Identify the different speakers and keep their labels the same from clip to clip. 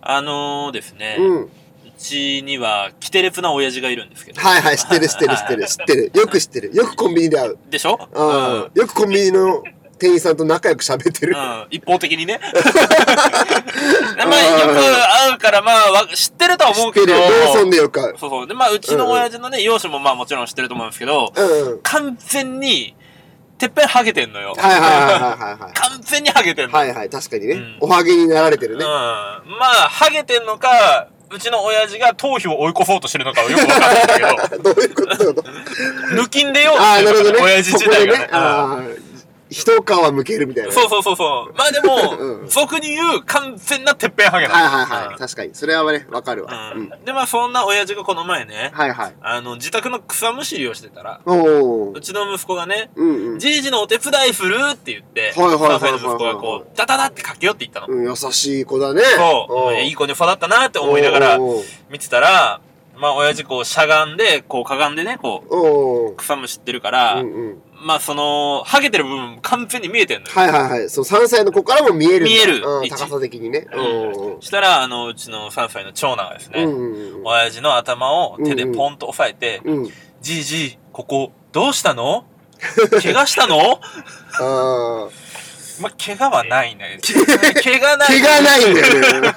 Speaker 1: あのーですね、う
Speaker 2: うん。
Speaker 1: ちには、キテレツな親父がいるんですけど。
Speaker 2: はいはい、知ってる知ってる知ってる知 ってる。よく知ってる。よくコンビニで会う。
Speaker 1: でしょ
Speaker 2: うん。よくコンビニの店員さんと仲良く喋ってる。
Speaker 1: うん、一方的に ね。まあ、よく会うから、まあ、わ知ってるとは
Speaker 2: 知
Speaker 1: 思
Speaker 2: っ
Speaker 1: う
Speaker 2: て
Speaker 1: け
Speaker 2: る。
Speaker 1: ど。
Speaker 2: ローソンでよく会う。
Speaker 1: そうそう。で、まあ、うちの親父のね、容姿もまあ、もちろん知ってると思うんですけど、
Speaker 2: うんうん。
Speaker 1: 完全に、てっぺんハゲてんのよ。
Speaker 2: はいはいはいはいはい。
Speaker 1: 完全にハゲてんの。
Speaker 2: はいはい、確かにね。
Speaker 1: うん
Speaker 2: おはぎになられてる
Speaker 1: うん。
Speaker 2: ね。
Speaker 1: まあ、ハゲてんのか、うちの親父が頭皮を追い越そうとしてるのかはよくわかんないんだけど、
Speaker 2: どういうことだと。
Speaker 1: 抜きんでようと
Speaker 2: ああ、
Speaker 1: して
Speaker 2: なる
Speaker 1: るの
Speaker 2: ほどね。
Speaker 1: か親父自体がね
Speaker 2: ここでね。あー一皮むけるみたい
Speaker 1: うん
Speaker 2: な。
Speaker 1: そうそうそうそう。まあで
Speaker 2: うん
Speaker 1: も、俗に言う完全なてっぺんハゲなの。
Speaker 2: はいはいは
Speaker 1: う
Speaker 2: い。
Speaker 1: ん
Speaker 2: 確かに。それはね、わかるわ。うん。
Speaker 1: うんで、まあそんな親父がこの前ね、
Speaker 2: はいはい。
Speaker 1: あの、自宅の草むしりをしてたら、
Speaker 2: お
Speaker 1: う
Speaker 2: ー。
Speaker 1: ちの息子がね、
Speaker 2: うんうん。
Speaker 1: じいじのお手伝いするって言って、
Speaker 2: はいはいはいはいはい
Speaker 1: 3歳の息子がこう、ダダダって駆け寄っていったの。
Speaker 2: うん、優しい子だね。
Speaker 1: そう、
Speaker 2: ん
Speaker 1: いい子に育ったなって思いながら
Speaker 2: おー
Speaker 1: 見てたら、まあ親父こうしゃがんで、こうかがんでね、こう、
Speaker 2: おー。
Speaker 1: 草むしってるから、
Speaker 2: うんうん。
Speaker 1: まあその、ハゲてる部分完全に見えてんのよ。
Speaker 2: はいはいはい。そう、3歳の子からも見えるんだ。
Speaker 1: 見える
Speaker 2: うん
Speaker 1: 位置
Speaker 2: 高さ的にね。うんうん
Speaker 1: したら、あの、うちの3歳の長男がですね、
Speaker 2: うんうんうん。
Speaker 1: 親父の頭を手でポンと押さえて、
Speaker 2: うん。
Speaker 1: じいじい、ここ、どうしたの怪我した の
Speaker 2: ああ。
Speaker 1: まあ、怪我はないね。怪我ない。
Speaker 2: 毛がないんだよね。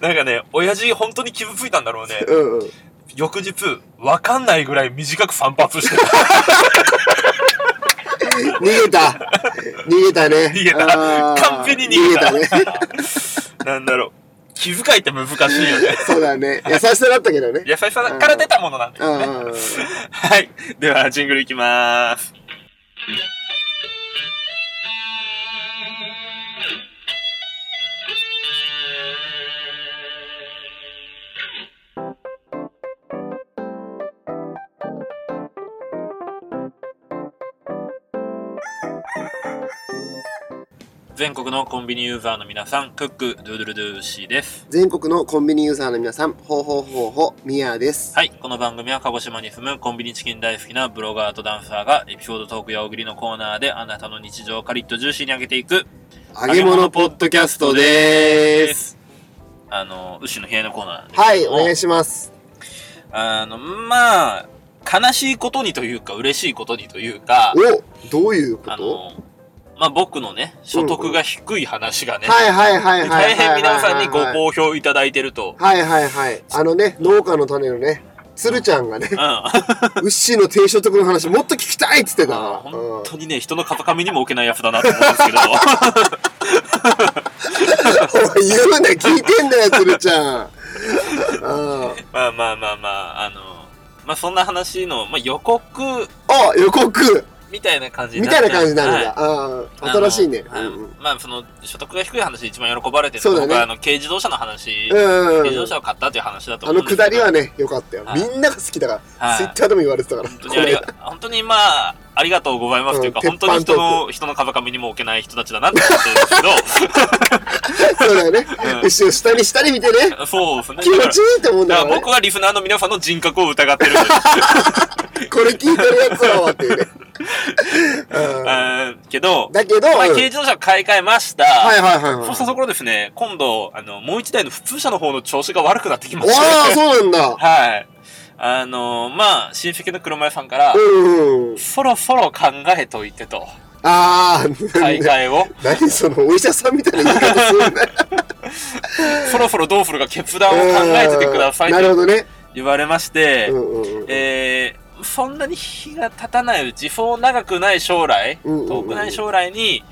Speaker 1: なんかね、親父本当に傷ついたんだろうね。
Speaker 2: うんうん。
Speaker 1: 翌日、わかんないぐらい短く散髪してた。
Speaker 2: 逃げた。逃げたね。
Speaker 1: 逃げた
Speaker 2: あー
Speaker 1: 完璧に逃げた
Speaker 2: 逃げたね。
Speaker 1: なんだろう。気遣いって難しいよ ね。
Speaker 2: そうだね。優しさだったけどね。
Speaker 1: 優しさから出たものなんだ
Speaker 2: う
Speaker 1: よ
Speaker 2: ん
Speaker 1: ね。
Speaker 2: うんうん。
Speaker 1: はい。では、ジングルいきまーす。全国のコンビニユーザーの皆さん、クック、ドゥドゥルドゥーシーです。
Speaker 2: 全国のコンビニユーザーの皆さん、ほうほうほうほう、ミヤです。
Speaker 1: はい。この番組は鹿児島に住むコンビニチキン大好きなブロガーとダンサーがエピソードトークや大喜利のコーナーであなたの日常をカリッとジューシーに上げていく。
Speaker 2: 揚げ物ポッドキャストでーす。
Speaker 1: あの、牛の部屋のコーナーなんです
Speaker 2: は
Speaker 1: け
Speaker 2: い、
Speaker 1: ど
Speaker 2: お
Speaker 1: も
Speaker 2: 願いします。
Speaker 1: あの、まあ、悲しいことにというか、嬉しいことにというか、
Speaker 2: おどういうこ
Speaker 1: あ
Speaker 2: と
Speaker 1: の、まあ僕のね、所得が低い話がね、
Speaker 2: はいはいはいはいはいはいは
Speaker 1: 大
Speaker 2: い。
Speaker 1: 変皆さんにご好評いただいてる と。
Speaker 2: はいはいはい。あのね、農家の種のね、鶴ちゃんが ね
Speaker 1: う、ん。
Speaker 2: ウッシーの低所得の話もっと聞きたいっつってたから。
Speaker 1: 本当
Speaker 2: うん
Speaker 1: にね、人の肩上にも置けないやつだなと思うんですけど。
Speaker 2: おい言うな、聞いてんだよ、鶴ちゃん。うん
Speaker 1: まあまあまあまあ、あの、まあそんな話の、まあ予告
Speaker 2: あ、予告
Speaker 1: みたいな感じ
Speaker 2: みたいな感じになるん
Speaker 1: はい
Speaker 2: だ。あー新しいね。
Speaker 1: あの
Speaker 2: うんうん
Speaker 1: まあその、所得が低い話で一番喜ばれてる
Speaker 2: そう
Speaker 1: の
Speaker 2: だ
Speaker 1: は、
Speaker 2: ね
Speaker 1: 僕はあの、軽自動車の話、
Speaker 2: うんうん
Speaker 1: 軽自
Speaker 2: う
Speaker 1: 動
Speaker 2: ん。
Speaker 1: 車を買ったという話だと
Speaker 2: あ
Speaker 1: 思う
Speaker 2: の
Speaker 1: んです
Speaker 2: く
Speaker 1: けど。
Speaker 2: だりはね、よかったよ。
Speaker 1: はい
Speaker 2: みんなが好きだから、
Speaker 1: はい
Speaker 2: ツイッターでも言われてたから。
Speaker 1: 本当にありが
Speaker 2: こ、
Speaker 1: 本当にまあ、ありがとうございますというか、
Speaker 2: うん
Speaker 1: 本当に人
Speaker 2: 鉄板
Speaker 1: の、人の風上にも置けない人たちだなって思ってるんです
Speaker 2: れそうだよね
Speaker 1: うん。
Speaker 2: 牛を下に下に見てね
Speaker 1: け、ど、そうですね。
Speaker 2: 気持ちいいと思うん
Speaker 1: だ
Speaker 2: だ
Speaker 1: か
Speaker 2: かららね
Speaker 1: 僕。はリスナーの皆さんの人格を疑ってるんです
Speaker 2: これ聞いてるやつだわっていうね。 うん
Speaker 1: うんけど、
Speaker 2: だけど、
Speaker 1: まあ、
Speaker 2: うん
Speaker 1: 軽自動車を買い替えました。
Speaker 2: はいはいはいはい。
Speaker 1: そうしたところですね、今度、あの、もう一台の普通車の方の調子が悪くなってきま
Speaker 2: わ
Speaker 1: した。
Speaker 2: あ、そうなんだ。
Speaker 1: はい。あの、まあ、親戚の車屋さんから、
Speaker 2: うんうん。
Speaker 1: そろそろ考えといてと、
Speaker 2: ああ、
Speaker 1: 買い替えを、
Speaker 2: 何そのお医者さんみたいな言い方す るんだよ。
Speaker 1: そろそろどうするか決断を考えててください
Speaker 2: なるほ
Speaker 1: と
Speaker 2: どね。
Speaker 1: 言われまして
Speaker 2: う、んうんうん。
Speaker 1: えー、そんなに日が経たないうち、そう長くない将来、
Speaker 2: うんうんうん
Speaker 1: 遠くない将来に、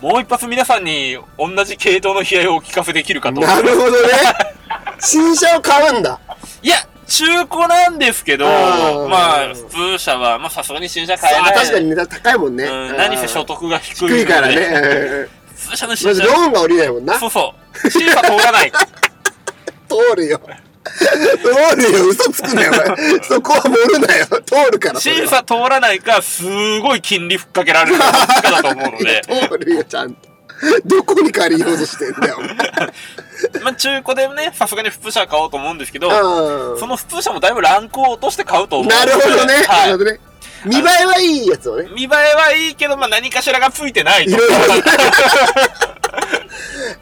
Speaker 1: もう一発皆さんに同じ系統の悲哀をお聞かせできるかと。
Speaker 2: なる ほどね。新車を買うんだ。
Speaker 1: いや、中古なんですけど、
Speaker 2: あー
Speaker 1: まあ、普通車は、まあ、さすがに新車
Speaker 2: そう
Speaker 1: 買えない。
Speaker 2: 確かに値段高いもんね。
Speaker 1: うん、何せ所
Speaker 2: 得
Speaker 1: 得が低いので
Speaker 2: 低いからね。うんうん
Speaker 1: 普通車の
Speaker 2: ま
Speaker 1: 新
Speaker 2: ず
Speaker 1: 車
Speaker 2: ロ。ーンが降りないもんな。
Speaker 1: そうそう。審査通ら ない。
Speaker 2: 通るよ。通るよ。嘘つくなよ。お 前そこは盛るなよ。通るから。それ
Speaker 1: 審
Speaker 2: は、
Speaker 1: 査通らないか、すごい金利ふっかけられるかどっちかだと思うので
Speaker 2: 通るよ、ちゃんと。どこに借りようとしてんだよ。
Speaker 1: まあ中古でね、さすがに普通車買おうと思うんですけど、
Speaker 2: うん
Speaker 1: その普通車もだいぶランクを落として買うと 思う。
Speaker 2: なるほどね。な
Speaker 1: は
Speaker 2: るほ
Speaker 1: い。
Speaker 2: どね。見栄えはいいやつをね。
Speaker 1: 見栄えはいいけど、まあ何かしらがついてない
Speaker 2: い
Speaker 1: と。
Speaker 2: ろいろ。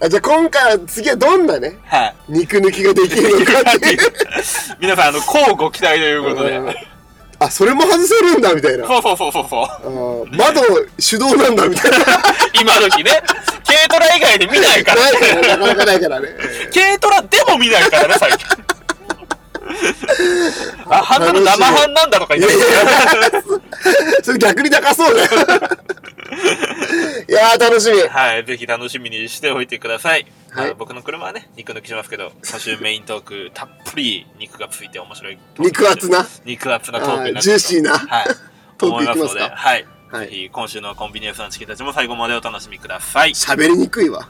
Speaker 2: あじゃあ今回は次はどんなね、
Speaker 1: はい。
Speaker 2: 肉抜きができるのか っていう。
Speaker 1: 皆さん、あの、交互期待ということで。
Speaker 2: うんあ、それも外せるんだみたいな。あ
Speaker 1: そうそうそうそうそう。
Speaker 2: ー窓手動なんだみたいな。
Speaker 1: 今時ね。軽トラ以外で見ないから。
Speaker 2: ないから、なかなかないからね。
Speaker 1: 軽トラでも見ないからね、最 近。あ、半なの生半なんだとか言って る。
Speaker 2: それ逆に高 そうだよ。いやー、楽しみ。
Speaker 1: はい、ぜひ楽しみにしておいてください。
Speaker 2: はい
Speaker 1: あの僕の車はね、肉抜きしますけど、今週メイントーク、たっぷり肉がついて面白い。
Speaker 2: 肉厚な。
Speaker 1: 肉厚なトークになる
Speaker 2: あー
Speaker 1: と
Speaker 2: ジューシーな
Speaker 1: はい。
Speaker 2: トークいきます
Speaker 1: 思
Speaker 2: か
Speaker 1: ので、はい。
Speaker 2: はい
Speaker 1: ぜひ、今週のコンビニエンスのチキンたちも最後までお楽しみください。
Speaker 2: 喋りにくいわ。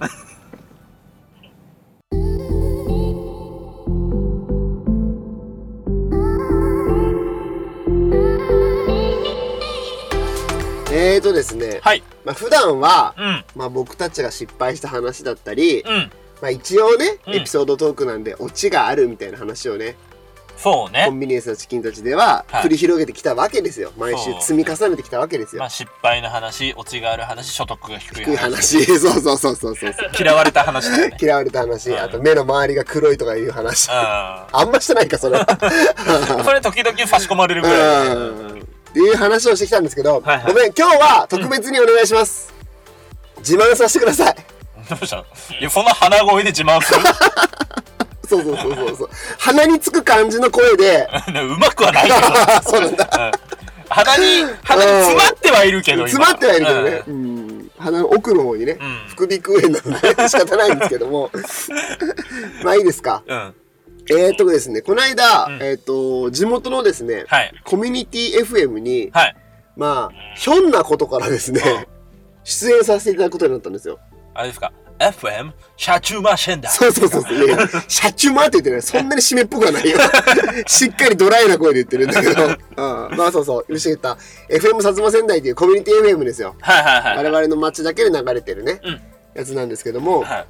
Speaker 2: えーとですね、
Speaker 1: はい。
Speaker 2: まあ、普段は、
Speaker 1: うん、
Speaker 2: まあ、僕たちが失敗した話だったり、
Speaker 1: うん。
Speaker 2: まあ、一応ね、
Speaker 1: うん
Speaker 2: エピソードトークなんでオチがあるみたいな話をね
Speaker 1: そう
Speaker 2: コ
Speaker 1: ね。
Speaker 2: ンビニエンスのチキンたちでは
Speaker 1: はい
Speaker 2: 繰り広げてきたわけですよ毎週
Speaker 1: そう
Speaker 2: 積み重ねてきたわけですよ、
Speaker 1: まあ、失敗の話、オチがある話、所得が低い
Speaker 2: いい
Speaker 1: 話。
Speaker 2: 話そう そうそうそうそうそう。
Speaker 1: 嫌われた話だよね
Speaker 2: 嫌われた話、
Speaker 1: はい
Speaker 2: あと目の周りが黒いとかいう話、
Speaker 1: う
Speaker 2: あんましてない かそれは
Speaker 1: ん。 それ時々差し込まれる
Speaker 2: う
Speaker 1: ぐらいだね。
Speaker 2: んっていう話をしてきたんですけど、
Speaker 1: はいはい
Speaker 2: ごめん今日は特別にお願いします、自慢させてください
Speaker 1: どうしたのいや、その鼻声で自慢する
Speaker 2: そうそうそうそうそう鼻につく感じの声で
Speaker 1: うまくはないけど。
Speaker 2: そうなんだ
Speaker 1: うん鼻に、鼻に詰まってはいるけど、今
Speaker 2: 詰まってはいるけどね、。うん、鼻の奥の方にね、
Speaker 1: うん
Speaker 2: 副鼻腔炎なの で仕方ないんですけどもまあいいですか
Speaker 1: うん。うん。
Speaker 2: えー、っとですねこの間、
Speaker 1: うん
Speaker 2: えーっと地元のですね、
Speaker 1: はい。
Speaker 2: コミュニティ FM に、
Speaker 1: はい。
Speaker 2: まあひょんなことからですね、
Speaker 1: うん
Speaker 2: 出演させていただくことになったんですよ。
Speaker 1: あれですか ?FM、シャチュマシェンダー。
Speaker 2: そうそうそうそう。いやいやシャチュマって言ってね、そんなに締めっぽくはな いよ。しっかりドライな声で言ってるんだけど。うん、まあそうそう。吉った FM 薩摩仙台というコミュニティ FM ですよ。
Speaker 1: はいはいは
Speaker 2: 我
Speaker 1: い。
Speaker 2: 々の街だけで流れてるね、
Speaker 1: うん
Speaker 2: やつなんですけども、
Speaker 1: は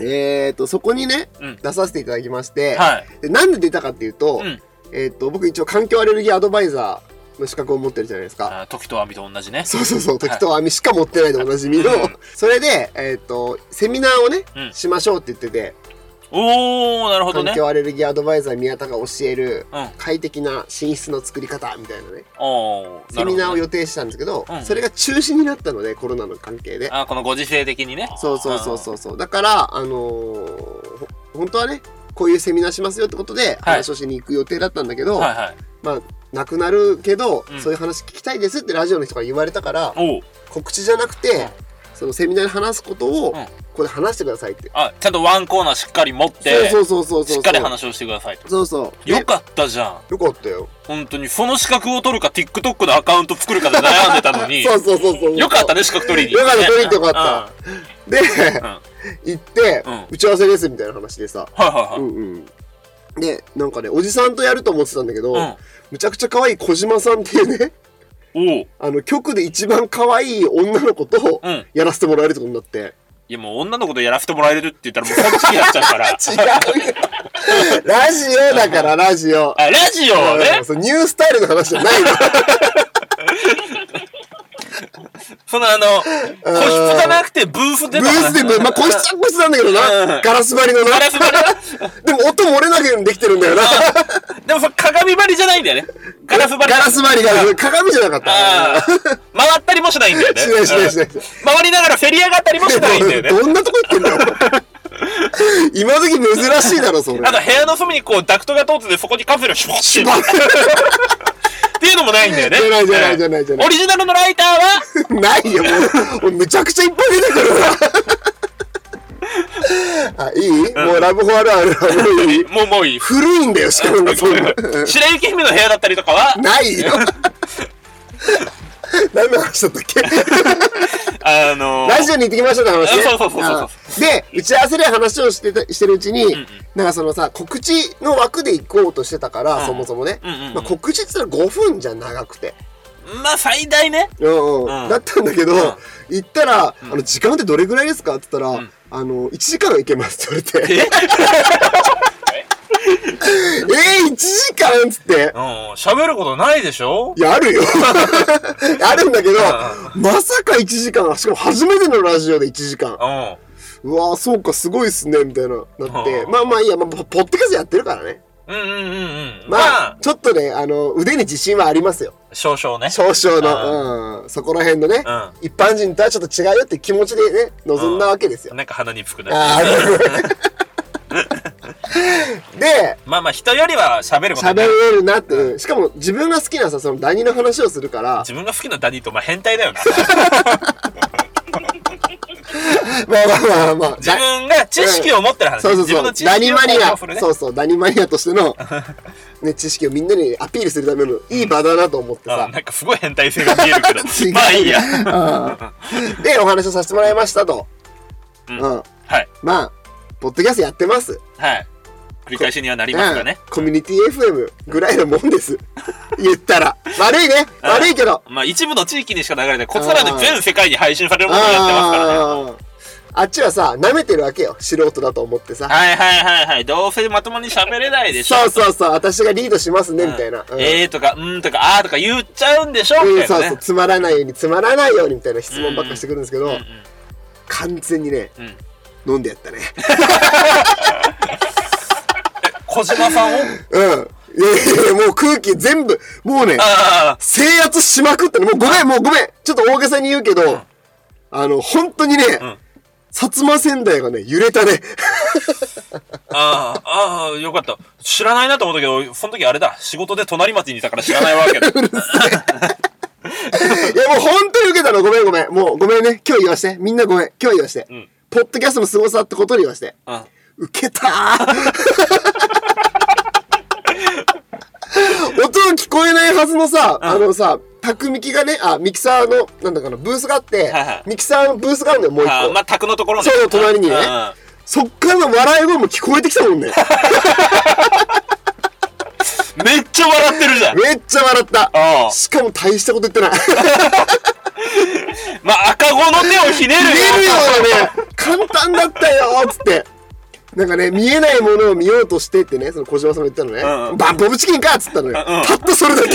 Speaker 2: えー、とそこにね、
Speaker 1: うん
Speaker 2: 出させていただきまし
Speaker 1: い。
Speaker 2: て、
Speaker 1: はい。
Speaker 2: でなんで出たかっていうと,、
Speaker 1: うん
Speaker 2: えー、と僕一応環境アレルギーアドバイザーの資格を持ってるじゃないですか。
Speaker 1: あ時とアミと同じね。
Speaker 2: そうそうそう時と網しか持ってないでおなじみの、
Speaker 1: うん
Speaker 2: それで、えー、とセミナーをね、
Speaker 1: うん
Speaker 2: しましょうって言ってて、
Speaker 1: おー、なるほど
Speaker 2: 環
Speaker 1: ね。
Speaker 2: 境アレルギーアドバイザー宮田が教える
Speaker 1: うん。
Speaker 2: 快適な寝室の作り方みたいなね
Speaker 1: おー、
Speaker 2: セ
Speaker 1: なる
Speaker 2: ミ
Speaker 1: ほ
Speaker 2: ナー
Speaker 1: ど
Speaker 2: を
Speaker 1: ね。
Speaker 2: 予定してたんですけど、
Speaker 1: うん
Speaker 2: それが中止になったのでコロナの関係で。
Speaker 1: あ、このご時世的にね。
Speaker 2: そうそうそうそうそうだからあのーほ本当はねこういうセミナーしますよってことで話をしに行く予定だったんだけど、
Speaker 1: はいはい。
Speaker 2: まあなくなるけど、
Speaker 1: うん
Speaker 2: そういう話聞きたいですってラジオの人から言われたから
Speaker 1: おー。
Speaker 2: 告知じゃなくてそのセミナーで話すことを
Speaker 1: ん
Speaker 2: ここで話してくださいって、
Speaker 1: あ、ちゃんとワンコーナーしっかり持って、
Speaker 2: そうそうそうそうそう
Speaker 1: しっかり話をしてくださいと。
Speaker 2: そうそう
Speaker 1: よ
Speaker 2: ね
Speaker 1: かったじゃん。
Speaker 2: よかったよ
Speaker 1: 本当に、その資格を取るか TikTok のアカウント作るかで悩んでたのに、
Speaker 2: そうそうそうそう
Speaker 1: よかったね、資格取りに。
Speaker 2: よかった取りに行ってよか
Speaker 1: っ
Speaker 2: で、行って、
Speaker 1: うん
Speaker 2: 打ち合わせですみたいな話でさ、
Speaker 1: た。はいはいは
Speaker 2: う
Speaker 1: い。
Speaker 2: んうんでなんかねおじさんとやると思ってたんだけど、
Speaker 1: うん
Speaker 2: むちゃくちゃ可愛い小島さんっていうね
Speaker 1: おう
Speaker 2: あの、局で一番可愛い女の子と
Speaker 1: うん、
Speaker 2: やらせてもらえるってことにな って。
Speaker 1: いやもう女の子とやらせてもらえるって言ったらもうこっちになっちゃう から。
Speaker 2: 違うよラジオだから、ラジオ。
Speaker 1: あ、ラジオね
Speaker 2: うん。そうニュースタイルの話じゃないの。
Speaker 1: そのあの、個室じゃなくてブース
Speaker 2: ブ
Speaker 1: で
Speaker 2: ー
Speaker 1: の話
Speaker 2: スで、まあ、個室は個室なんだけど
Speaker 1: う
Speaker 2: な。
Speaker 1: ん
Speaker 2: ガラス張りのな。
Speaker 1: ガラス張り
Speaker 2: でも音漏れなくようにできてるんだよな。
Speaker 1: でもそれ鏡張りじゃないんだよね。 ガラス張り。
Speaker 2: ガラス張りが、鏡じゃなかった。
Speaker 1: ああ。回ったりもしないんだよね。
Speaker 2: しないしないしない
Speaker 1: うん回りながらせり上がったりもしないんだよね。
Speaker 2: どんなとこ行ってんだよ。今時珍しいだろ、それ。
Speaker 1: あと部屋の隅にこうダクトが通っててそこにカフェがシュワッシュ
Speaker 2: バ
Speaker 1: ッっていうのもないんだよね。
Speaker 2: じゃないじゃないじゃないじゃない
Speaker 1: オリジナルのライターは
Speaker 2: ないよ、もう。俺むちゃくちゃいっぱい出てくる な。あ、いい、もうラブホあるあるあるいい。
Speaker 1: もう、もういい。
Speaker 2: 古いんだよ、しか もそんな。
Speaker 1: 白雪姫の部屋だったりとかは、
Speaker 2: な いよ。何の話だったっけ
Speaker 1: あのー、
Speaker 2: ラジオに行ってきましたって話ね。
Speaker 1: そうそうそうそう
Speaker 2: あで、打ち合わせで話をしてたしてるうちに、なんかそのさ、告知の枠で行こうとしてたから、そもそもね。
Speaker 1: うんうんうん
Speaker 2: まあ、告知って言ったら5分じゃ長くて。
Speaker 1: まあ最大ね。
Speaker 2: うん
Speaker 1: う
Speaker 2: うんん、だったんだけど、
Speaker 1: ん
Speaker 2: 行ったら、あの、時間ってどれぐらいですかって言ったら、
Speaker 1: ん
Speaker 2: あの、1時間行けますって言われて。 えー、1時間っつって
Speaker 1: う。ん、喋ることないでしょ
Speaker 2: いや、あ るよ。あるんだけど
Speaker 1: う、
Speaker 2: まさか1時間、しかも初めてのラジオで1時
Speaker 1: う。
Speaker 2: 間
Speaker 1: ん。
Speaker 2: うわーそうかすごいっすねみたいななって
Speaker 1: はあ
Speaker 2: まあまあいいや、まあ、ポポッドキャストやってるからね
Speaker 1: うんうんうんうん。
Speaker 2: ま
Speaker 1: ま
Speaker 2: あ、
Speaker 1: あ、
Speaker 2: ちょっとねあの腕に自信はありますよ
Speaker 1: 少々ね。
Speaker 2: 少々の、うん、そこら辺のね、
Speaker 1: うん。
Speaker 2: 一般人とはちょっと違うよって気持ちでね臨んだわけですよ、
Speaker 1: なんか鼻につくな。
Speaker 2: ああ で
Speaker 1: まあまあ、人よりは喋ることは
Speaker 2: 喋
Speaker 1: ない。
Speaker 2: れるなっていうしかも自分が好きなさそのダニの話をするから
Speaker 1: 自分が好きなダディと、まあ変態だ よな。
Speaker 2: まあまあまあまあ
Speaker 1: 自分が知識を持ってる話。
Speaker 2: そうそう
Speaker 1: 自
Speaker 2: そ
Speaker 1: 分の
Speaker 2: う
Speaker 1: 知
Speaker 2: ダニ
Speaker 1: 識を
Speaker 2: マニ
Speaker 1: 公
Speaker 2: ア
Speaker 1: 表するね。
Speaker 2: そうそうダニマニアとし ての、ね、知識をみんなにアピールするためのいい場だなと思って
Speaker 1: あ
Speaker 2: さ、
Speaker 1: なんかすごい変態性が見えるけど
Speaker 2: 違う。
Speaker 1: まあいいや。
Speaker 2: うんでお話をさせてもらいましたと、う
Speaker 1: うんんはい。
Speaker 2: まあポッドキャストやってます
Speaker 1: はい。繰り返しにはなりますがね。
Speaker 2: うんコミュニティ FM ぐらいのもんです 言ったら悪いね
Speaker 1: うん
Speaker 2: 悪いけど
Speaker 1: まあ一部の地域にしか流れない。こちらで全世界に配信されるものになってますからね。
Speaker 2: あーあっちはさ舐めてるわけよ素人だと思ってさ
Speaker 1: はいはいはいはい。どうせまともに喋れないでしょ。
Speaker 2: そうそうそう私がリードしますねみたいな、うん
Speaker 1: えーとか、うんとか、あーとか言っちゃうんでしょみ
Speaker 2: う
Speaker 1: たい
Speaker 2: んそう
Speaker 1: な
Speaker 2: そう
Speaker 1: ね。
Speaker 2: つまらないようにつまらないようにみたいな質問ばっかしてくるんですけど、
Speaker 1: うん
Speaker 2: 完全にね
Speaker 1: うんうん。
Speaker 2: 飲んでやったね
Speaker 1: 小島さんを
Speaker 2: うんいやいやいやもう空気全部もうね
Speaker 1: ああ、
Speaker 2: 制圧しまくったのもうごめんもうごめんちょっと大げさに言うけど、あの本当にね、
Speaker 1: ん
Speaker 2: 薩摩仙台がね揺れたね
Speaker 1: ああ、ああ、よかった。知らないなと思ったけど、その時あれだ。仕事で隣町にいたから知らないわ けだ。
Speaker 2: いやもう本当に受けたのごめんごめんもうごめんね今日言わしてみんなごめん今日言わして、
Speaker 1: ん
Speaker 2: ポッドキャストの凄さってことに言わして
Speaker 1: うん。
Speaker 2: 受けた ー音が聞こえないはずのさ、あのさ、卓ミキがね、あ、ミキサーの、なんだかな、ブースがあって、
Speaker 1: はいはい
Speaker 2: ミキサーのブースがあるのよ、もう一
Speaker 1: ああ
Speaker 2: 個。
Speaker 1: まあ、宅のところ
Speaker 2: そう隣にね
Speaker 1: うん
Speaker 2: そっからの笑い声も聞こえてきたも んね。
Speaker 1: めっちゃ笑ってるじゃん。
Speaker 2: めっちゃ笑った。
Speaker 1: ああ
Speaker 2: しかも大したこと言ってない。
Speaker 1: まあ、赤子の手をひねる
Speaker 2: 見
Speaker 1: よ。
Speaker 2: えるようなね、簡単だったよーっつって。なんかね、見えないものを見ようとしてってね、その小島さんも言ったのね、
Speaker 1: うんうん
Speaker 2: バンボブチキンかっつったのよ。
Speaker 1: うん
Speaker 2: たったそれだ け。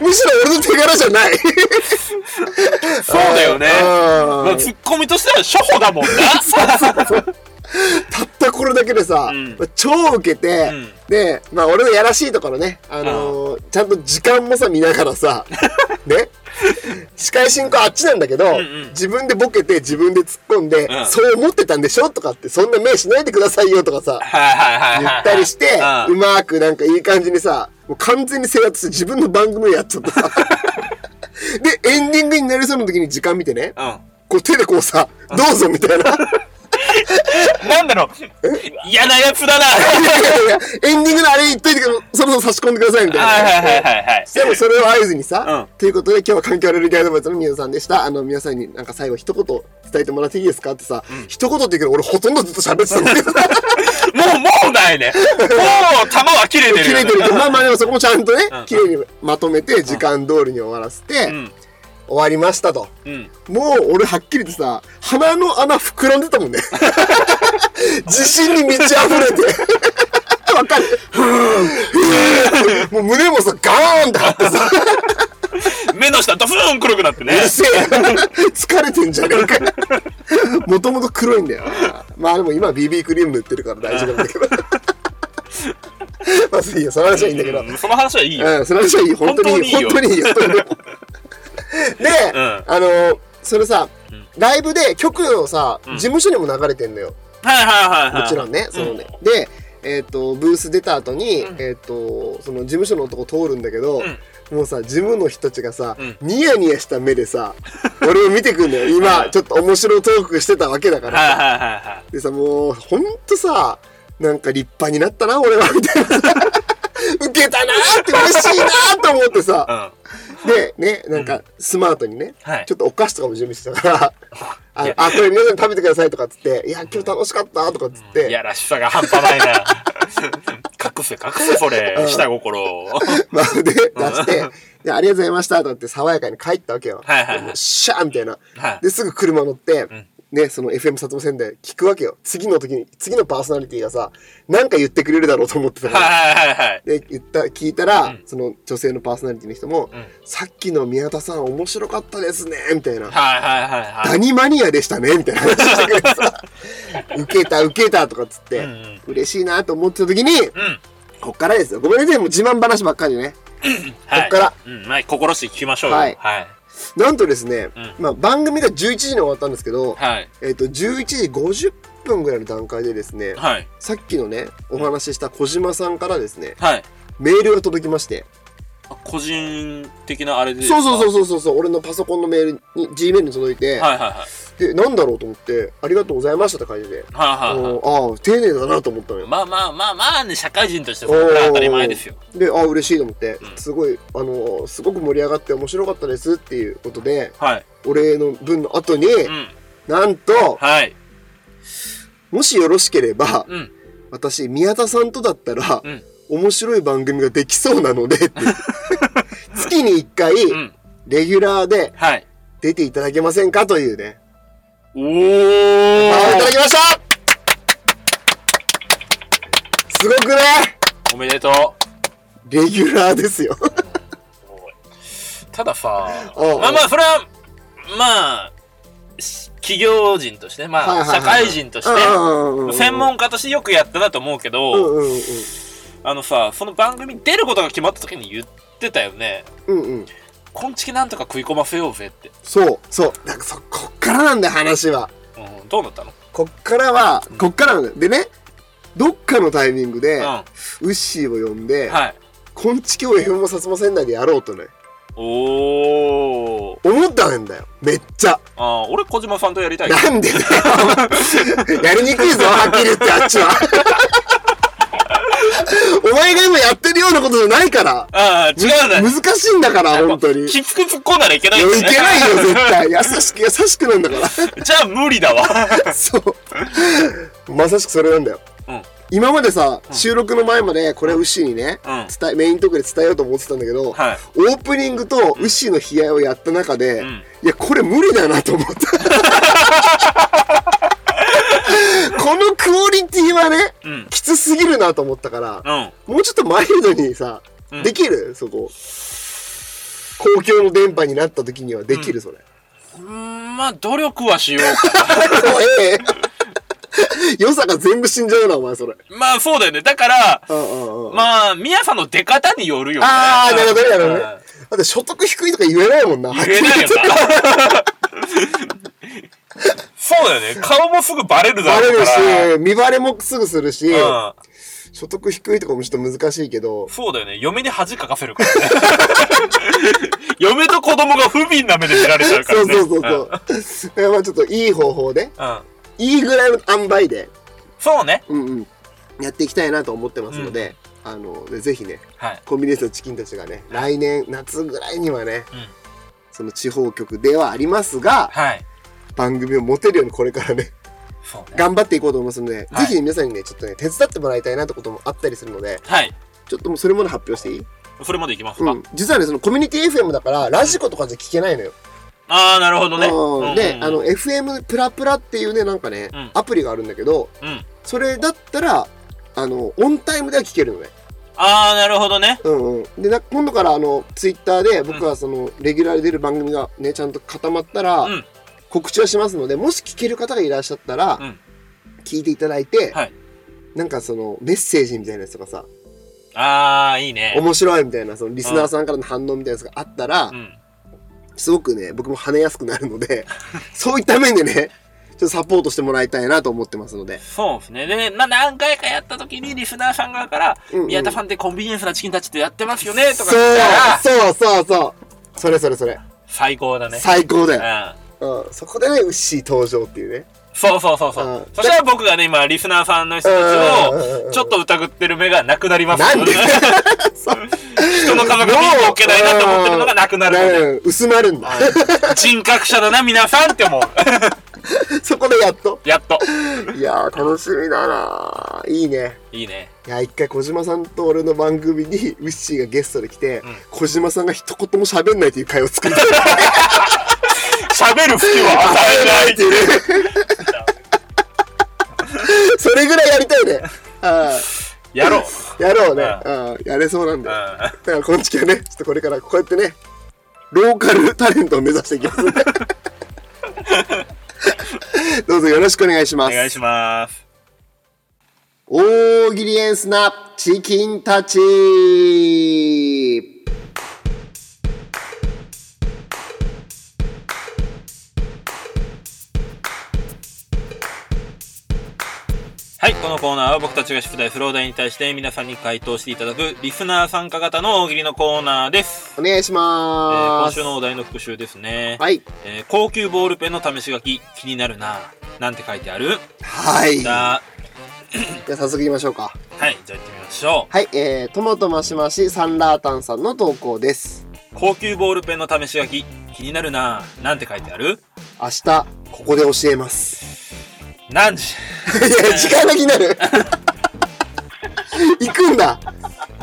Speaker 2: むしろ俺の手柄じゃない。
Speaker 1: そうだよね。
Speaker 2: うん
Speaker 1: まあ、ツッコミとしては初歩だもんな。
Speaker 2: たったこれだけでさ、
Speaker 1: うん
Speaker 2: 超ウケて、
Speaker 1: うん
Speaker 2: で、まあ俺のやらしいところね、あのーちゃんと時間もさ見なが らさ、ね、司会進行あっちなんだけど、
Speaker 1: うん
Speaker 2: 自分でボケて自分で突っ込んで、
Speaker 1: うん
Speaker 2: そう思ってたんでしょとかって、そんな目しないでくださいよとかさ、
Speaker 1: はいはいはいはいはい。
Speaker 2: 言ったりして、
Speaker 1: うん
Speaker 2: うまーくなんかいい感じにさ、もう完全に制圧して自分の番組をやっち ゃってさ。で、エンディングになりそうな時に時間見てね、
Speaker 1: う
Speaker 2: こう手でこうさ、どうぞみたいな。
Speaker 1: ん。なんだろう。嫌なやつだな。はい
Speaker 2: やいやいや、エンディングのあれ言っといてくだそろそろ差し込んでくださいみたいな。
Speaker 1: いはいはいはいはい。
Speaker 2: でもそれを合図にさ、
Speaker 1: う
Speaker 2: ということで今日は環境アレルギーアドバイザーの皆さんでした。あの皆さんになんか最後一言伝えてもらっていいですかってさ、一言って言うけど俺ほとんどずっと喋ってたんだけど、
Speaker 1: もう、もうないね。もう、弾は切れてる
Speaker 2: 切
Speaker 1: よね。
Speaker 2: れてるけど、まあまあでもそこもちゃんとね
Speaker 1: うん、
Speaker 2: 綺麗にまとめて時間通りに終わらせて、
Speaker 1: うん。
Speaker 2: 終わりましたと。
Speaker 1: うん。
Speaker 2: もう俺はっきり言ってさ、鼻の穴膨らんでたも んね。自信に満ち溢れて。わかる。ふーんふーんもう胸もさ、ガーンって張ってさ。
Speaker 1: 目の下、ドフーン黒くなってね。
Speaker 2: うるせえ疲れてんじゃねえかもともと黒いんだよなまあでも今 BB クリーム塗ってるから大丈夫なんだ けどまずいいよその話はいいんだけど
Speaker 1: うんその話はいいよ。
Speaker 2: うんその話はいい本当にいい本
Speaker 1: 本
Speaker 2: 当
Speaker 1: 当
Speaker 2: にいいよ で、
Speaker 1: うん
Speaker 2: あのそれさライブで曲のさ
Speaker 1: ん
Speaker 2: 事務所にも流れてんのよ
Speaker 1: はいはいはいはい。
Speaker 2: もちろんねそのねでえっとブース出た後に、えっとその事務所の男通るんだけど、もうさ事務の人たちがさ、
Speaker 1: うん
Speaker 2: ニヤニヤした目でさ俺を見てくんだよ今ちょっと面白トークしてたわけだから
Speaker 1: はい
Speaker 2: さ、
Speaker 1: はいはいはい。
Speaker 2: でさもうほんとさなんか立派になったな俺はみたいな さ受けたなーって嬉しいなーと思ってさ、
Speaker 1: うん。
Speaker 2: で、ね、なんか、スマートにね、
Speaker 1: はい
Speaker 2: ちょっとお菓子とかも準備してたから、あ
Speaker 1: い
Speaker 2: の
Speaker 1: や
Speaker 2: あ、これ皆さん食べてくださいとかっつって、いや、今日楽しかったとかっつって、
Speaker 1: いやらしさが半端ない な。隠せ隠せそれ、下心を。
Speaker 2: まあ、で、出して、で、ありがとうございましたとかって爽やかに帰ったわけよ。
Speaker 1: はいはいはい
Speaker 2: でもうシャーみたいな
Speaker 1: は。い
Speaker 2: で、すぐ車乗って、ね、その FM 薩摩線で聞くわけよ。次の時に、次のパーソナリティがさ、なんか言ってくれるだろうと思ってたから。
Speaker 1: はいはいはい。
Speaker 2: で、言った、聞いたら、
Speaker 1: うん
Speaker 2: その女性のパーソナリティの人も、
Speaker 1: うん
Speaker 2: さっきの宮田さん面白かったですね、みたいな。
Speaker 1: はいはいはいは
Speaker 2: ダニマニアでしたね、みたいな話してくれて さ、受けた、受けた、とかっつっ
Speaker 1: い。
Speaker 2: て、
Speaker 1: うんうん。
Speaker 2: 嬉しいなと思ってた時に、
Speaker 1: うん。
Speaker 2: こっからですよ。ごめんね、もう自慢話ばっかりね。
Speaker 1: はい。
Speaker 2: こっから。
Speaker 1: うん。まあ、心して聞きましょうよ。
Speaker 2: は
Speaker 1: はいい。はい。
Speaker 2: なんとですね、
Speaker 1: うん
Speaker 2: まあ番組が11時に終わったんですけど、
Speaker 1: はい。
Speaker 2: えっ、と、11時50分ぐらいの段階でですね、
Speaker 1: はい。
Speaker 2: さっきのね、お話しした小島さんからですね、
Speaker 1: はい。
Speaker 2: メールが届きまして、
Speaker 1: あ個人的なあれで
Speaker 2: そうそう
Speaker 1: う。
Speaker 2: そうそうそう、俺のパソコンのメールに、G メールに届いて、
Speaker 1: はいはいはい。
Speaker 2: で、なんだろうと思って、ありがとうございましたって書いてて、
Speaker 1: はいはいは
Speaker 2: おーああ、丁寧だなと思ったの
Speaker 1: い。
Speaker 2: よ。
Speaker 1: まあまあまあまあね、社会人としてこれぐらい当たり前ですよ。
Speaker 2: で、ああ、嬉しいと思って、
Speaker 1: うん
Speaker 2: すごい、あのーすごく盛り上がって面白かったですっていうことで、
Speaker 1: はい。
Speaker 2: お礼の分の後に、
Speaker 1: うん。
Speaker 2: なんと、
Speaker 1: はい。
Speaker 2: もしよろしければ、
Speaker 1: うん。
Speaker 2: 私、宮田さんとだったら、
Speaker 1: うん
Speaker 2: 面白い番組ができそうなので、って いう月に1回、
Speaker 1: うん。
Speaker 2: レギュラーで
Speaker 1: はい。
Speaker 2: 出ていただけませんかというね。
Speaker 1: お
Speaker 2: あーいただ
Speaker 1: ー
Speaker 2: きましたすごくね
Speaker 1: おめでと
Speaker 2: レギュラーですよ。
Speaker 1: う。たださ、
Speaker 2: おう
Speaker 1: まあまあ、それは、まあ、し企業人として、まあ、社会人として、専門家としてよくやったなと思うけど、
Speaker 2: うんうんうん
Speaker 1: あのさ、その番組出ることが決まった時に言ってたよね。
Speaker 2: うんうん。
Speaker 1: こんちきなんとか食い込ませようぜって。
Speaker 2: そう、そう。だからそ、こっからなんだよ、話は。
Speaker 1: うん、どうなったの
Speaker 2: こっからは、こっからなんだよ。でね、どっかのタイミングで、
Speaker 1: う
Speaker 2: ウッシーを呼んで
Speaker 1: ん。、はい。
Speaker 2: こんちきを FM も薩摩仙台でやろうとね、
Speaker 1: おー。
Speaker 2: 思ったんだよ。めっちゃ。
Speaker 1: あー俺、小島さんとやりた い。
Speaker 2: なんでだよ。やりにくいぞ、はっきり言って、あっちは。お前が今やってるようなことじゃないから。
Speaker 1: ああ、違うんだよ。
Speaker 2: 難しいんだから、本当に。い
Speaker 1: きつく突っ込んだらいけない
Speaker 2: や、
Speaker 1: んだ
Speaker 2: いけないよ、
Speaker 1: ね。
Speaker 2: 絶対。優しく、優しくなんだか
Speaker 1: じゃあ、無理だわ。
Speaker 2: ら。そう。まさしくそれなんだよ。
Speaker 1: うん。
Speaker 2: 今までさ、収録の前まで、これウッシーにね、
Speaker 1: うん
Speaker 2: 伝え、メイントークで伝えようと思ってたんだけど、
Speaker 1: はい。
Speaker 2: オープニングとウッシーの悲哀をやった中で、
Speaker 1: ん
Speaker 2: いや、これ無理だなと 思った。このクオリティはね、
Speaker 1: うん。
Speaker 2: きつすぎるなと思ったから、
Speaker 1: うん。
Speaker 2: もうちょっとマイルドにさ、
Speaker 1: うん
Speaker 2: できるそこ。公共の電波になった時にはできる、それ。
Speaker 1: うーん、まあ、努力はしようか
Speaker 2: 怖え え良さが全部死んじゃうな、お前、それ。
Speaker 1: な。まあ、そうだよね。だから、
Speaker 2: うんうんうん。
Speaker 1: まあ、みやさんの出方によるよね。
Speaker 2: あー、なるほどね、なるほどね。
Speaker 1: うん
Speaker 2: だって所得低いとか言えないもんな。
Speaker 1: 言えないよ な。そうだよね。顔もすぐバレるだ
Speaker 2: バレ
Speaker 1: ろう
Speaker 2: る
Speaker 1: から。
Speaker 2: し、見バレもすぐするし、
Speaker 1: う
Speaker 2: 所得低いとかもちょっと難しいけど
Speaker 1: ん。、そうだよね。嫁に恥かかせるからね。 嫁と子供が不憫な目で見られちゃうか
Speaker 2: そ
Speaker 1: ら
Speaker 2: う
Speaker 1: ね。
Speaker 2: そうそうそう。だからまあちょっといい方法で、
Speaker 1: うん。うん。
Speaker 2: いいぐらいの塩梅で、
Speaker 1: そうね。
Speaker 2: うんうん、やっていきたいなと思ってますので、あの、でぜひね、
Speaker 1: はい。
Speaker 2: コンビニエンスのチキンたちがね、来年夏ぐらいにはね、
Speaker 1: うん
Speaker 2: その地方局ではありますが、
Speaker 1: はい。
Speaker 2: 番組を持てるようにこれからね、
Speaker 1: そうね。
Speaker 2: 頑張っていこうと思いますので、
Speaker 1: はい
Speaker 2: ぜひね皆さんにね、ちょっとね、手伝ってもらいたいなってこともあったりするので、
Speaker 1: はい。
Speaker 2: ちょっともうそれまで発表していい
Speaker 1: それまでいきますか。
Speaker 2: うん。実はね、そのコミュニティ FM だから、ラジコとかじゃ聞けないのよ。
Speaker 1: ああ、なるほどね。
Speaker 2: うん、
Speaker 1: うん
Speaker 2: で
Speaker 1: う、ん
Speaker 2: あの、FM プラプラっていうね、なんかね、
Speaker 1: うん
Speaker 2: アプリがあるんだけど、
Speaker 1: うん。
Speaker 2: それだったら、あの、オンタイムでは聞けるのね。
Speaker 1: ああ、なるほどね。
Speaker 2: うんうん。で、な今度から、あの、ツイッターで、僕はその、レギュラーで出る番組がね、ちゃんと固まったら、
Speaker 1: うん
Speaker 2: 告知はしますので、もし聞ける方がいらっしゃったら、
Speaker 1: うん
Speaker 2: 聞いていただいて、
Speaker 1: はい
Speaker 2: なんかその、メッセージみたいなやつとかさ、
Speaker 1: ああ、いいね。
Speaker 2: 面白いみたいな、その、リスナーさんからの反応みたいなやつがあったら
Speaker 1: う、ん。
Speaker 2: すごくね、僕も跳ねやすくなるので、 そういった面でね、ちょっとサポートしてもらいたいなと思ってますので。
Speaker 1: そうですね。で、な何回かやった時にリスナーさん側から、
Speaker 2: うんうん
Speaker 1: 宮田さんってコンビニエンスなチキンたちってやってますよねとか
Speaker 2: そう
Speaker 1: 言ったら、
Speaker 2: そうそうそうそれそれそれ。
Speaker 1: 最高だね。
Speaker 2: 最高だ
Speaker 1: う
Speaker 2: よ。
Speaker 1: ん。
Speaker 2: うん。そこでね、ウッシー登場っていうね。。
Speaker 1: そうそうそうそううんそしたら僕がね、今、リスナーさんの人
Speaker 2: うんうんうん
Speaker 1: たち
Speaker 2: うん
Speaker 1: を、ちょっと疑ってる目がなくなります。
Speaker 2: なんでそう
Speaker 1: 人の 家族見に置けないなと思ってるのがなくなるので。
Speaker 2: うん薄まるんだ。
Speaker 1: 人格者だな、皆さんって 思う。
Speaker 2: そこでやっと。
Speaker 1: やっと。
Speaker 2: いやー、楽しみだなーいいね。
Speaker 1: いいね。
Speaker 2: いや、一回小島さんと俺の番組にウッシーがゲストで来て、
Speaker 1: ん
Speaker 2: 小島さんが一言も喋んないという会を作りたい。
Speaker 1: 喋る隙は与えないっていう。
Speaker 2: それぐらいやりたいね。は
Speaker 1: やろう。
Speaker 2: いやろうね。
Speaker 1: う
Speaker 2: うんやれそうなん
Speaker 1: う
Speaker 2: だよ。
Speaker 1: ん
Speaker 2: だから、この時期はね、ちょっとこれからこうやってね、ローカルタレントを目指して いきますんで。どうぞよろしくお願いし
Speaker 1: お
Speaker 2: ます。
Speaker 1: 願いします。
Speaker 2: 大喜利エンスなチキンたち
Speaker 1: はい、このコーナーは僕たちが宿題するお題に対して皆さんに回答していただくリスナー参加型の大喜利のコーナーです。
Speaker 2: お願いし
Speaker 1: えー
Speaker 2: ま
Speaker 1: 今
Speaker 2: す。
Speaker 1: 週のお題の復習ですね。
Speaker 2: はい。
Speaker 1: えー高級ボールペンの試し書き気になるななんて書いてある
Speaker 2: はい。じゃあ
Speaker 1: だ
Speaker 2: 早速行きましょうか。
Speaker 1: はいじゃあ行ってみましょ
Speaker 2: はい。えー、ともとましましサンラータンさんの投稿です。
Speaker 1: う高級ボールペンの試し書き気になるななんて書いてある
Speaker 2: 明日、ここで教えます。
Speaker 1: 何時
Speaker 2: いや、時間が気に なる。行くんだ。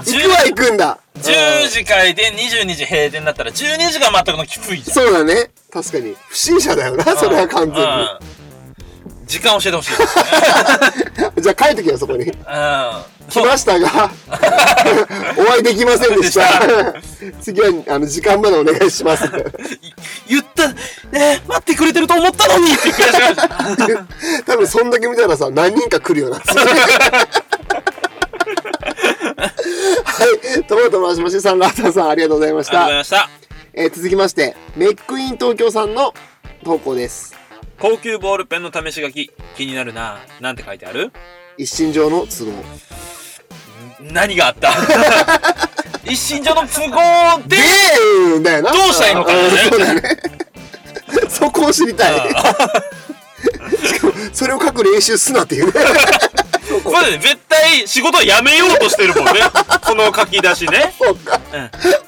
Speaker 2: 行くは行くんだ。
Speaker 1: 10時開店22時閉店だったら12時が全くのきついじゃん
Speaker 2: そうだね。確かに。不審者だよな、そ れは完全
Speaker 1: 全に時間教えてほしいですね
Speaker 2: に。じゃあ書いときよ、そこに。
Speaker 1: うん
Speaker 2: 来
Speaker 1: そう
Speaker 2: ましたが、お会いできませんでした。次は、あの、時間までお願いします。
Speaker 1: 言ったえー待ってくれてると思ったの にって言ってました
Speaker 2: 多分、そんだけ見たらさ、何人か来る よな。はい。トマトマシマシさん、ラータンさん、ありがとうございまし
Speaker 1: ありがとうございまし
Speaker 2: た。
Speaker 1: た
Speaker 2: えー続きまして、メックイン東京さんの投稿です。
Speaker 1: 高級ボールペンの試し書き気になるななんて書いてある
Speaker 2: 一身上の都合。
Speaker 1: 何があった 一身上の都合で
Speaker 2: でーんだよな。
Speaker 1: どうしたらいいのかな
Speaker 2: うん そうだね。そこを知りたい。しかも、それを書く練習すなっていうね。
Speaker 1: そうだね絶対仕事を辞めようとしてるも んねこの書き出しね
Speaker 2: そうか
Speaker 1: ん。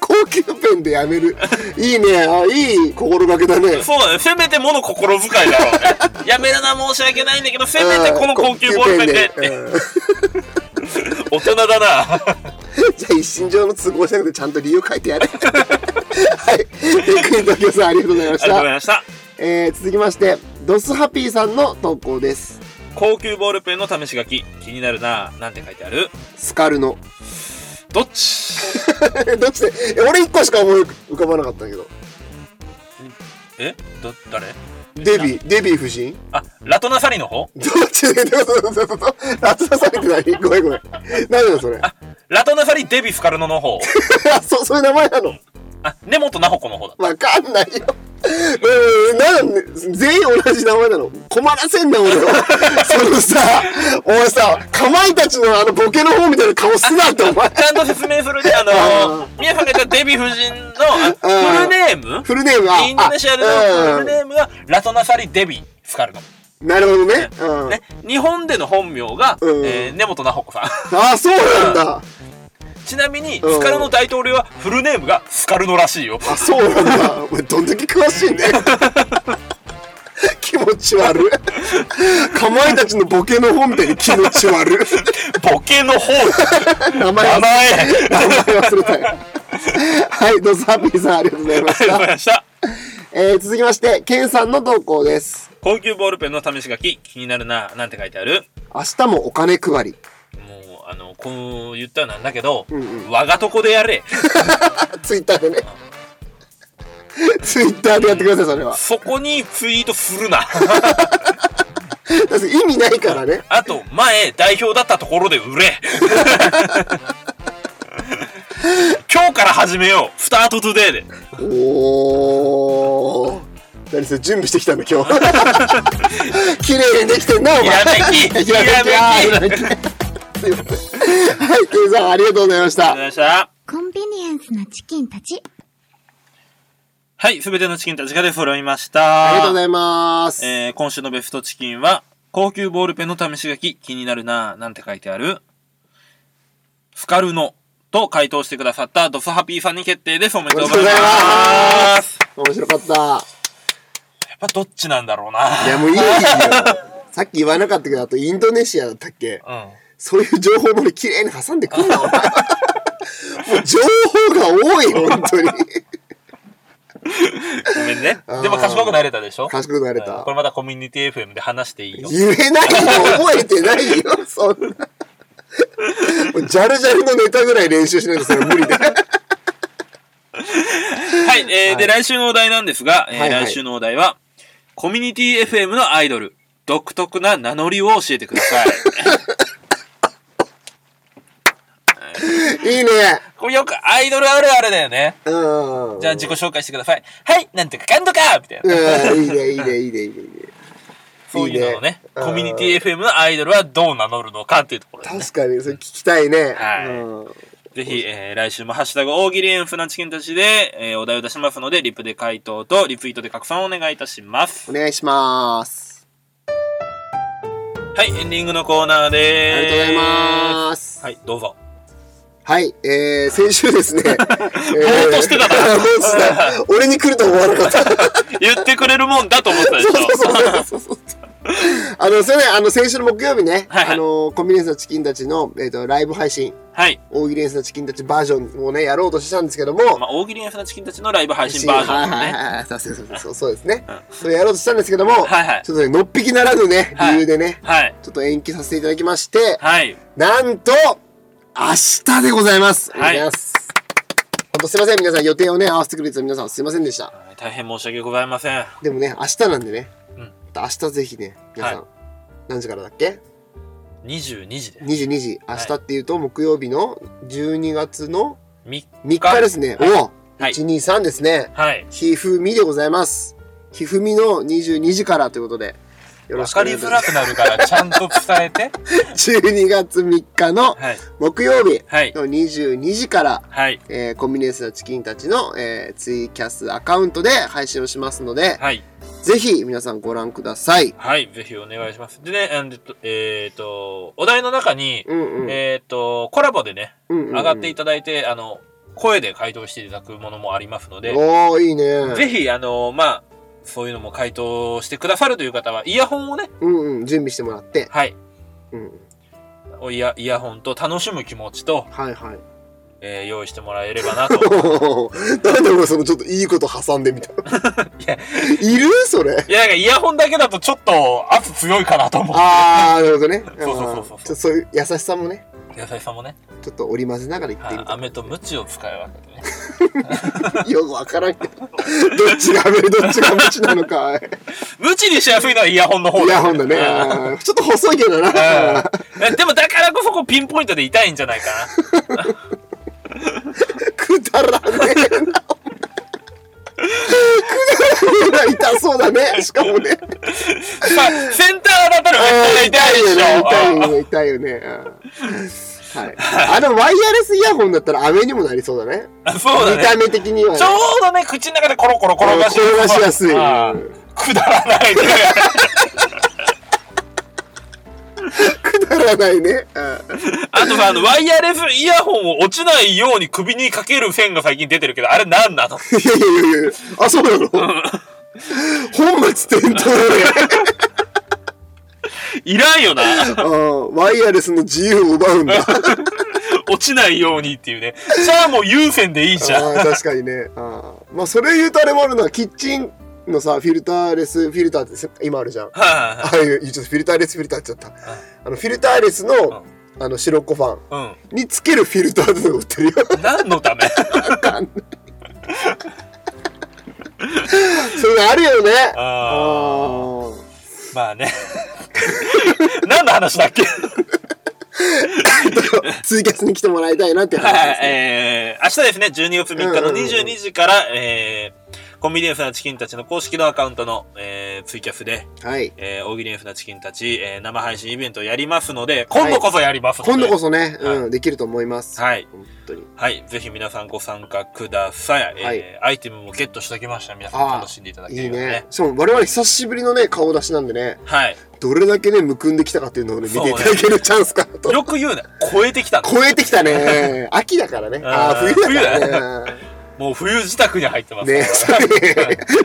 Speaker 2: 高級ペンでやめる。いいね。あ、いい心がけだね。
Speaker 1: そうだねせめてもの心遣いだろうね辞めるな申し訳ないんだけどせめてこの高級ボールペンでって
Speaker 2: うん
Speaker 1: 大人だな
Speaker 2: じゃあ一身上の都合じゃなくてちゃんと理由書 いてやれ。はい。テクニ東京さんありがとうございま
Speaker 1: あ
Speaker 2: し
Speaker 1: りがとうござ
Speaker 2: た。
Speaker 1: いました
Speaker 2: えー、続きまして、ドスハピーさんの投稿です。
Speaker 1: 高級ボールペンの試し書き気になるななんて書いてある
Speaker 2: スカルノ。
Speaker 1: どっち
Speaker 2: どっちでえ俺一個しか思い浮かばなかったけど。
Speaker 1: えど誰
Speaker 2: デビー、デビー夫人
Speaker 1: あラトナサリの方
Speaker 2: どっちで どうぞどうぞどうぞ。夏田さんって何ごめんごめん。何なのそれ。あ、
Speaker 1: ラトナサリデビスカルノの方
Speaker 2: そ、そういう名前なの
Speaker 1: あ根本奈穂子の方だ
Speaker 2: わかんないよ。うん、なんで全員同じ名前なの困らせんな、俺を。 そのさ、お前さ、かまいたちのあのボケの方みたいな顔すなって、お前。
Speaker 1: ちゃんと説明するで、あ
Speaker 2: あ
Speaker 1: の、宮さんが言ったデヴィ夫人のあフルネーム
Speaker 2: フルネームは。
Speaker 1: インドネシアでのフル
Speaker 2: ー
Speaker 1: ネームがラトナサリ・デヴィ・スカルノ。
Speaker 2: ム。なるほどね。うん。
Speaker 1: ね、日本での本名が、
Speaker 2: うん
Speaker 1: えー根本奈穂子さん。
Speaker 2: ああ、そうなんだ。
Speaker 1: ちなみに、
Speaker 2: うん
Speaker 1: スカルノ大統領はフルネームがスカルノらしいよ。
Speaker 2: あ、そうなんだ。 お前、どんだけ詳しいね。 気持ち悪い。かまいたちのボケの方みたいに気持ち悪い。
Speaker 1: ボケの方、
Speaker 2: 名
Speaker 1: 名
Speaker 2: 前忘れ
Speaker 1: 前。ありが
Speaker 2: 名前忘れたよ。はい、どうぞ、ハッピーさん、ありがとうございま
Speaker 1: と
Speaker 2: し
Speaker 1: うご
Speaker 2: た
Speaker 1: ざ。いました。
Speaker 2: えー続きまして、ケンさんの投稿です。
Speaker 1: 高級ボールペンの試し書き、気になるな、なんて書いてある
Speaker 2: 明日もお金配り。
Speaker 1: もう、あの、こう言ったらなんだけど、
Speaker 2: うんうん
Speaker 1: 我がとこでやれ。
Speaker 2: あ、ツイッターでね。ツイッターでやってください、それは。
Speaker 1: そこにツイートするな。
Speaker 2: だって意味ないからね。
Speaker 1: あと、前、代表だったところで売れ。 今日から始めよう。スタートトゥデイで。
Speaker 2: おー。何それ、準備してきたんだ、今日。 綺麗にできてんな、お前。
Speaker 1: ひらめき
Speaker 2: ひらめきあー
Speaker 1: ひ
Speaker 2: ひ
Speaker 1: ら
Speaker 2: らめき。すいませんはい、ケンさん、ありがとうございまし
Speaker 1: あ
Speaker 2: た
Speaker 1: り。がとうございました。
Speaker 3: コンビニエンスなチキンたち。
Speaker 1: はい、すべてのチキンたちが出揃いました。
Speaker 2: ありがとうございます。
Speaker 1: えー、今週のベストチキンは、高級ボールペンの試し書き、気になるなぁ、なんて書いてある、スカルノと回答してくださったドスハピーさんに決定です。おめでとうございます。
Speaker 2: 面白かった。
Speaker 1: やっぱどっちなんだろうな。
Speaker 2: いや、もういいよ。さっき言わなかったけど、あとインドネシアだったっけ
Speaker 1: うん。
Speaker 2: そういう情報も俺綺麗に挟んでく んな、お前。もう情報が多い、本当に。
Speaker 1: ごめんね
Speaker 2: あ。ー
Speaker 1: でも賢くなれたでしょ
Speaker 2: 賢くなれ
Speaker 1: うん
Speaker 2: た
Speaker 1: こ。れまたコミュニティ FM で話していいよ。
Speaker 2: 言えないよ覚えてない よそんな。もうジャルジャルのネタぐらい練習しないとそれは無理で。
Speaker 1: はい、えー、で、来週のお題なんですが、えー
Speaker 2: はいはい
Speaker 1: 来週のお題は、コミュニティ FM のアイドル、独特な名乗りを教えてください。
Speaker 2: いいね。
Speaker 1: これよくアイドルあるあるだよね。
Speaker 2: うん。
Speaker 1: じゃあ自己紹介してください。はい、なんとかかんとかみたいな。
Speaker 2: うん、いいね、いいね、いいね、いいね。
Speaker 1: そういうのをね、
Speaker 2: うん
Speaker 1: コミュニティ FM のアイドルはどう名乗るのかっていうところで、ね、
Speaker 2: 確かに、それ聞きたいね。
Speaker 1: はい
Speaker 2: うん
Speaker 1: ぜひ、えー来週もハッシュタグ大喜利エンフナチキンたちで、えーお題を出しますので、リプで回答とリツイートで拡散をお願いいたします
Speaker 2: お。願いします。
Speaker 1: はい、エンディングのコーナーで
Speaker 2: あ
Speaker 1: ーす。
Speaker 2: りがとうございます。
Speaker 1: はい、どうぞ。
Speaker 2: はい、えー、先週で すね。ぼー
Speaker 1: ーっとしてたな
Speaker 2: 俺に来ると思わなかった。
Speaker 1: 言ってくれるもんだと思ってたでしょ。
Speaker 2: あの、それね、あの、先週の木曜日ね、
Speaker 1: はいはい
Speaker 2: あの、コンビニエンスのチキンたちの、えっ、と、ライブ配信、
Speaker 1: はい。
Speaker 2: 大喜利エンスのチキンたちバージョンをね、やろうとしたんですけども、
Speaker 1: まあ、大喜利エンフナチキンたちのライブ配信バージョンの
Speaker 2: はい
Speaker 1: ね。
Speaker 2: はいはい、そうそうそうそうそうですね。それやろうとしたんですけども、
Speaker 1: はいはい
Speaker 2: ちょっとね、のっぴきならぬね、
Speaker 1: はい
Speaker 2: 理由でね、
Speaker 1: はい。
Speaker 2: ちょっと延期させていただきまして、
Speaker 1: はい。
Speaker 2: なんと、明日でございます。
Speaker 1: はい
Speaker 2: ありがとうございます。ほんとすいません、皆さん、予定をね、合わせてくれてた皆さん、すいませんでした。
Speaker 1: はい大変申し訳ございません。
Speaker 2: でもね、明日なんでね、
Speaker 1: うん
Speaker 2: 明日ぜひね、皆さん、
Speaker 1: は
Speaker 2: 何時からだっけ
Speaker 1: 22時で。
Speaker 2: 22時明
Speaker 1: い
Speaker 2: 日っていうと木曜日の12月の
Speaker 1: 3
Speaker 2: 3日ですね、
Speaker 1: はい
Speaker 2: おお、
Speaker 1: はい
Speaker 2: 123ですね
Speaker 1: はい。
Speaker 2: ひふみでございますひふみの22時からということでよろ
Speaker 1: わ
Speaker 2: しくお
Speaker 1: か
Speaker 2: 願
Speaker 1: り
Speaker 2: いし
Speaker 1: づ
Speaker 2: ま
Speaker 1: ら
Speaker 2: す
Speaker 1: くなるから、ちゃんと伝えて。
Speaker 2: 12月3日の
Speaker 1: はい。
Speaker 2: 木曜日
Speaker 1: はい。
Speaker 2: の22時から、
Speaker 1: はい。
Speaker 2: えーコンビニエンスのチキンたちの、えーツイキャスアカウントで配信をしますので、
Speaker 1: はい。
Speaker 2: ぜひ皆さんご覧ください
Speaker 1: はい。ぜひお願いします。でね、えっと、えーと、お題の中に、
Speaker 2: うんうん、
Speaker 1: えっと、コラボでね、
Speaker 2: うんうんうん
Speaker 1: 上がっていただいて、あの、声で回答していただくものもありますので、
Speaker 2: おーいいね
Speaker 1: ぜひ、あの、まあ、そういうのも回答してくださるという方は、イヤホンをね、
Speaker 2: うんうん準備してもらって、
Speaker 1: はい。
Speaker 2: うん、
Speaker 1: イヤイヤホンと楽しむ気持ちと、
Speaker 2: はいはい
Speaker 1: えー用意してもらえればなと。
Speaker 2: なんで俺そのちょっといいこと挟んでみたい な。いるそれ。
Speaker 1: いや、なんかイヤホンだけだとちょっと圧強いかなと思う。
Speaker 2: ああ、なるほどね。
Speaker 1: そうそうそうそう
Speaker 2: あーちょっとそういう優しさもね、
Speaker 1: 野菜さんもね、
Speaker 2: ちょっと織り交ぜながら言ってみ
Speaker 1: あ
Speaker 2: た
Speaker 1: 飴とムチを使い分けてね。
Speaker 2: い。よくわからんけど、 どっちがめどっちが無知なのか。い
Speaker 1: ムチにしやすいのはイヤホンの方
Speaker 2: や、ほんだね。あーちょっと細いけどな。
Speaker 1: うん。でもだからこそこうピンポイントで痛いんじゃないか
Speaker 2: くだらねえな。くだらねえな、痛そうだね。しかもね。
Speaker 1: な。まあ、センター当たったらめっちゃ痛いでしょ。
Speaker 2: 痛い
Speaker 1: うん
Speaker 2: よね、痛いよね。痛いよねうんはい。あの、ワイヤレスイヤホンだったら飴にもなりそうだね。
Speaker 1: あそうだ
Speaker 2: 見た
Speaker 1: ね。
Speaker 2: 目的にはね。
Speaker 1: ちょうどね、口の中でコロコロ転がし
Speaker 2: 転がしやすい
Speaker 1: ああ
Speaker 2: うん
Speaker 1: くだらないね。
Speaker 2: くだら ないね。
Speaker 1: あとさ、あの、ワイヤレスイヤホンを落ちないように首にかける線が最近出てるけど、あれなんなの
Speaker 2: うんいやいやいやいや、あ、そうなの本末転倒
Speaker 1: いらんよな。
Speaker 2: だね。うんワイヤレスの自由を奪うんだ。あ
Speaker 1: 落ちないようにっていうね。じゃあもう優先でいいじゃん。
Speaker 2: ー確かにね。あーまあ、それ言うとあれもあるな。キッチンのさ、フィルターレスフィルターって今あるじゃん。
Speaker 1: は
Speaker 2: ああいう、ちょっとフィルターレスフィルターって言っちゃった。あの、フィルターレスの、あの、白子ファン
Speaker 1: いはい。
Speaker 2: につけるフィルターってのが売ってるよ。
Speaker 1: うん。何のため
Speaker 2: そういうのあるよね。
Speaker 1: あ
Speaker 2: あー
Speaker 1: まあね。 何の話だっけは
Speaker 2: ツイキャスに来てもらいたいなっていう話で
Speaker 1: い、
Speaker 2: す
Speaker 1: え
Speaker 2: ね。
Speaker 1: ー、明日ですね、12月3日の22時から、えー、コンビニエンスなチキンたちの公式のアカウントの、えー、ツイキャスで、
Speaker 2: はい。
Speaker 1: えー、大喜利エンスなチキンたち、えー、生配信イベントをやりますので、今度こそやりますので、
Speaker 2: 今度こ
Speaker 1: そ。
Speaker 2: そね、
Speaker 1: はい
Speaker 2: うん、できると思います。
Speaker 1: はい。
Speaker 2: 本当に。
Speaker 1: はい。ぜひ皆さんご参加ください。
Speaker 2: はい
Speaker 1: えー、アイテムもゲットしておきました。皆さん
Speaker 2: あー
Speaker 1: 楽しんでいただけ
Speaker 2: い
Speaker 1: る
Speaker 2: い
Speaker 1: ように
Speaker 2: ね。しかも我々久しぶりのね、顔出しなんでね、
Speaker 1: はい。
Speaker 2: どれだけね、むくんできたかっていうのをね、見ていただけるチャンスかなと。
Speaker 1: よく言うね。超えてきたの。
Speaker 2: 超えてきたね。秋だからね。ああ、
Speaker 1: あー
Speaker 2: 冬だからね。
Speaker 1: もう冬支度に入ってます。
Speaker 2: ねえ、それ、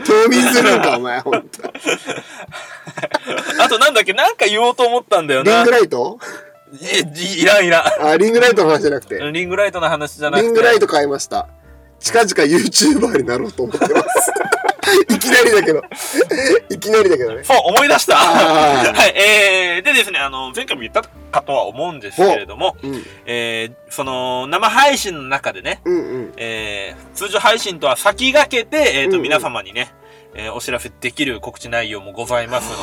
Speaker 2: 冬眠するんか、お前、ほんと。
Speaker 1: あとなんだっけなんか言おうと思ったんだよ
Speaker 2: リン
Speaker 1: な。
Speaker 2: グライト
Speaker 1: いいいらんいら
Speaker 2: あー、リングライトの話じゃなくて。
Speaker 1: ん。リングライトの話じゃなく
Speaker 2: リ
Speaker 1: て。
Speaker 2: ングライト買いました。近々 YouTuber になろうと思ってます。 いきなりだけど。いきなりだけどね。
Speaker 1: そう、思い出した。
Speaker 2: あ ー
Speaker 1: はい、えー、でですね、あの、前回も言ったかとは思うんですけれども、
Speaker 2: うん。
Speaker 1: えー、その、生配信の中でね、
Speaker 2: うんうん。
Speaker 1: えー、通常配信とは先駆けて、えっ、と、
Speaker 2: うんうん
Speaker 1: 皆様にね、えーお知らせできる告知内容もございますので、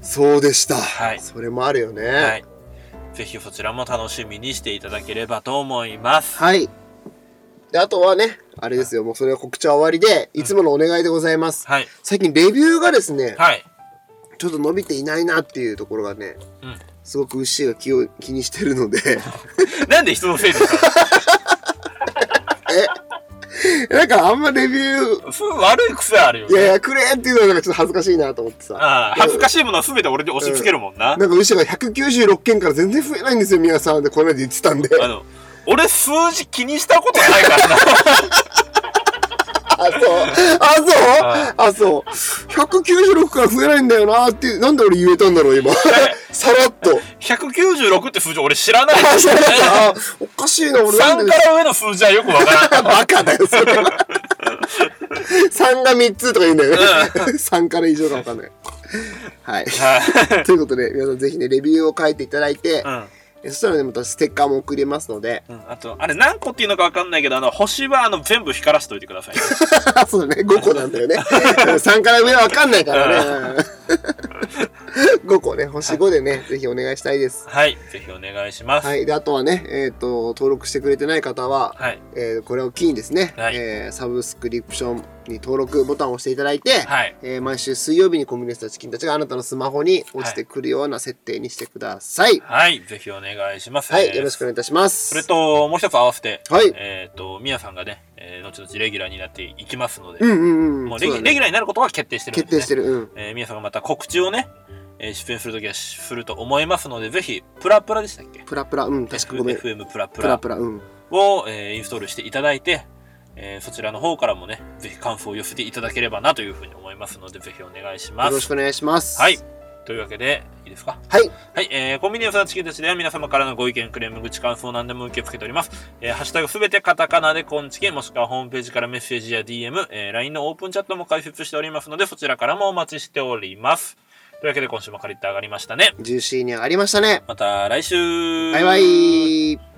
Speaker 2: そうでした。
Speaker 1: はい
Speaker 2: それもあるよね。
Speaker 1: はい。ぜひそちらも楽しみにしていただければと思います。
Speaker 2: はい。で、あとはね、あれですよ、もうそれは告知は終わりで、いつものお願いでございます。
Speaker 1: はい。
Speaker 2: 最近レビューがですね、
Speaker 1: はい。
Speaker 2: ちょっと伸びていないなっていうところがね、
Speaker 1: うん
Speaker 2: すごく牛が気を気にしてるので、
Speaker 1: なんで人のせいですか
Speaker 2: なんかあんまレビュー、
Speaker 1: そう悪い癖あるよ
Speaker 2: い
Speaker 1: ね。
Speaker 2: やいや、くれっていうのがなんかちょっと恥ずかしいなと思ってさ。
Speaker 1: ああ恥ずかしいものは全て俺に押し付けるもんな。
Speaker 2: なんか牛が196件から全然増えないんですよ、皆さんでこの間言ってたんで。
Speaker 1: あの、俺数字気にしたことないから な。
Speaker 2: あ、そう。あ、そう。あ、そう。196から増えないんだよなっていう、なんで俺言えたんだろう、今。さらっと。
Speaker 1: 196って数字俺知らない。
Speaker 2: あ、さらっと。あ、おかしいな、俺なん
Speaker 1: 3
Speaker 2: で
Speaker 1: か。ら上の数字はよくわからん。
Speaker 2: バカだよ、それは。3が3つとか言うんだよね。3から以上がわかんない。は
Speaker 1: は
Speaker 2: い。
Speaker 1: い
Speaker 2: ということで、皆さんぜひね、レビューを書いていただいて、
Speaker 1: うん。
Speaker 2: えそしたらね、またステッカーも送れますので、
Speaker 1: うん、あと、あれ何個っていうのかわかんないけど、あの、星はあの、全部光らせておいてく ださい、ね。
Speaker 2: そうだね、5個なんだ よね。3から上はわかんないからね。5個ね、星5でね、ぜひお願いしたいです。
Speaker 1: はい。ぜひお願いします。は。
Speaker 2: はいい。で、あとはね、えっ、と、登録してくれてない方は、
Speaker 1: はい。
Speaker 2: えーこれを機にですね、
Speaker 1: はい
Speaker 2: えーサブスクリプションに登録ボタンを押していただいて、
Speaker 1: はい
Speaker 2: えー毎週水曜日にコンビニエンスのチキンたちがあなたのスマホに落ちてくるような設定にしてください。
Speaker 1: ぜひお願いします。
Speaker 2: はい、
Speaker 1: えー
Speaker 2: よろしくお願いいたします。
Speaker 1: それと、もう一つ合わせて、
Speaker 2: はい
Speaker 1: えっ、と、みやさんがね、えー後々レギュラーになっていきますので、
Speaker 2: うんうんうん。
Speaker 1: もうレギ,、
Speaker 2: そだね
Speaker 1: レギュラーになることは決定してるん
Speaker 2: 決
Speaker 1: です、ね。
Speaker 2: 定してる。うん。
Speaker 1: えー、皆さんがまた告知をね、えー出演するときはしすると思いますので、ぜひ、プラプラでしたっけ
Speaker 2: プラプラ、うん、確かにごめん。プ
Speaker 1: ?FM プラプ
Speaker 2: ラ
Speaker 1: ラ
Speaker 2: プラ、うん。
Speaker 1: を、えーインストールしていただいて、えーそちらの方からもね、ぜひ感想を寄せていただければなというふうに思いますので、ぜひお願いしま
Speaker 2: よろし
Speaker 1: す。
Speaker 2: くお願いします。
Speaker 1: はい。。というわけで、いいですか
Speaker 2: はい。
Speaker 1: はい、えー、コンビニエンスなチキンたちでは皆様からのご意見、クレーム、口、感想何でも受け付けております。えー、ハッシュタグすべてカタカナでコンチキン、もしくはホームページからメッセージや DM、えー、LINE のオープンチャットも開設しておりますので、そちらからもお待ちしております。というわけで今週もカリッと上がりましたね。
Speaker 2: ジューシーに上がりましたね。
Speaker 1: また来週
Speaker 2: バイバイ。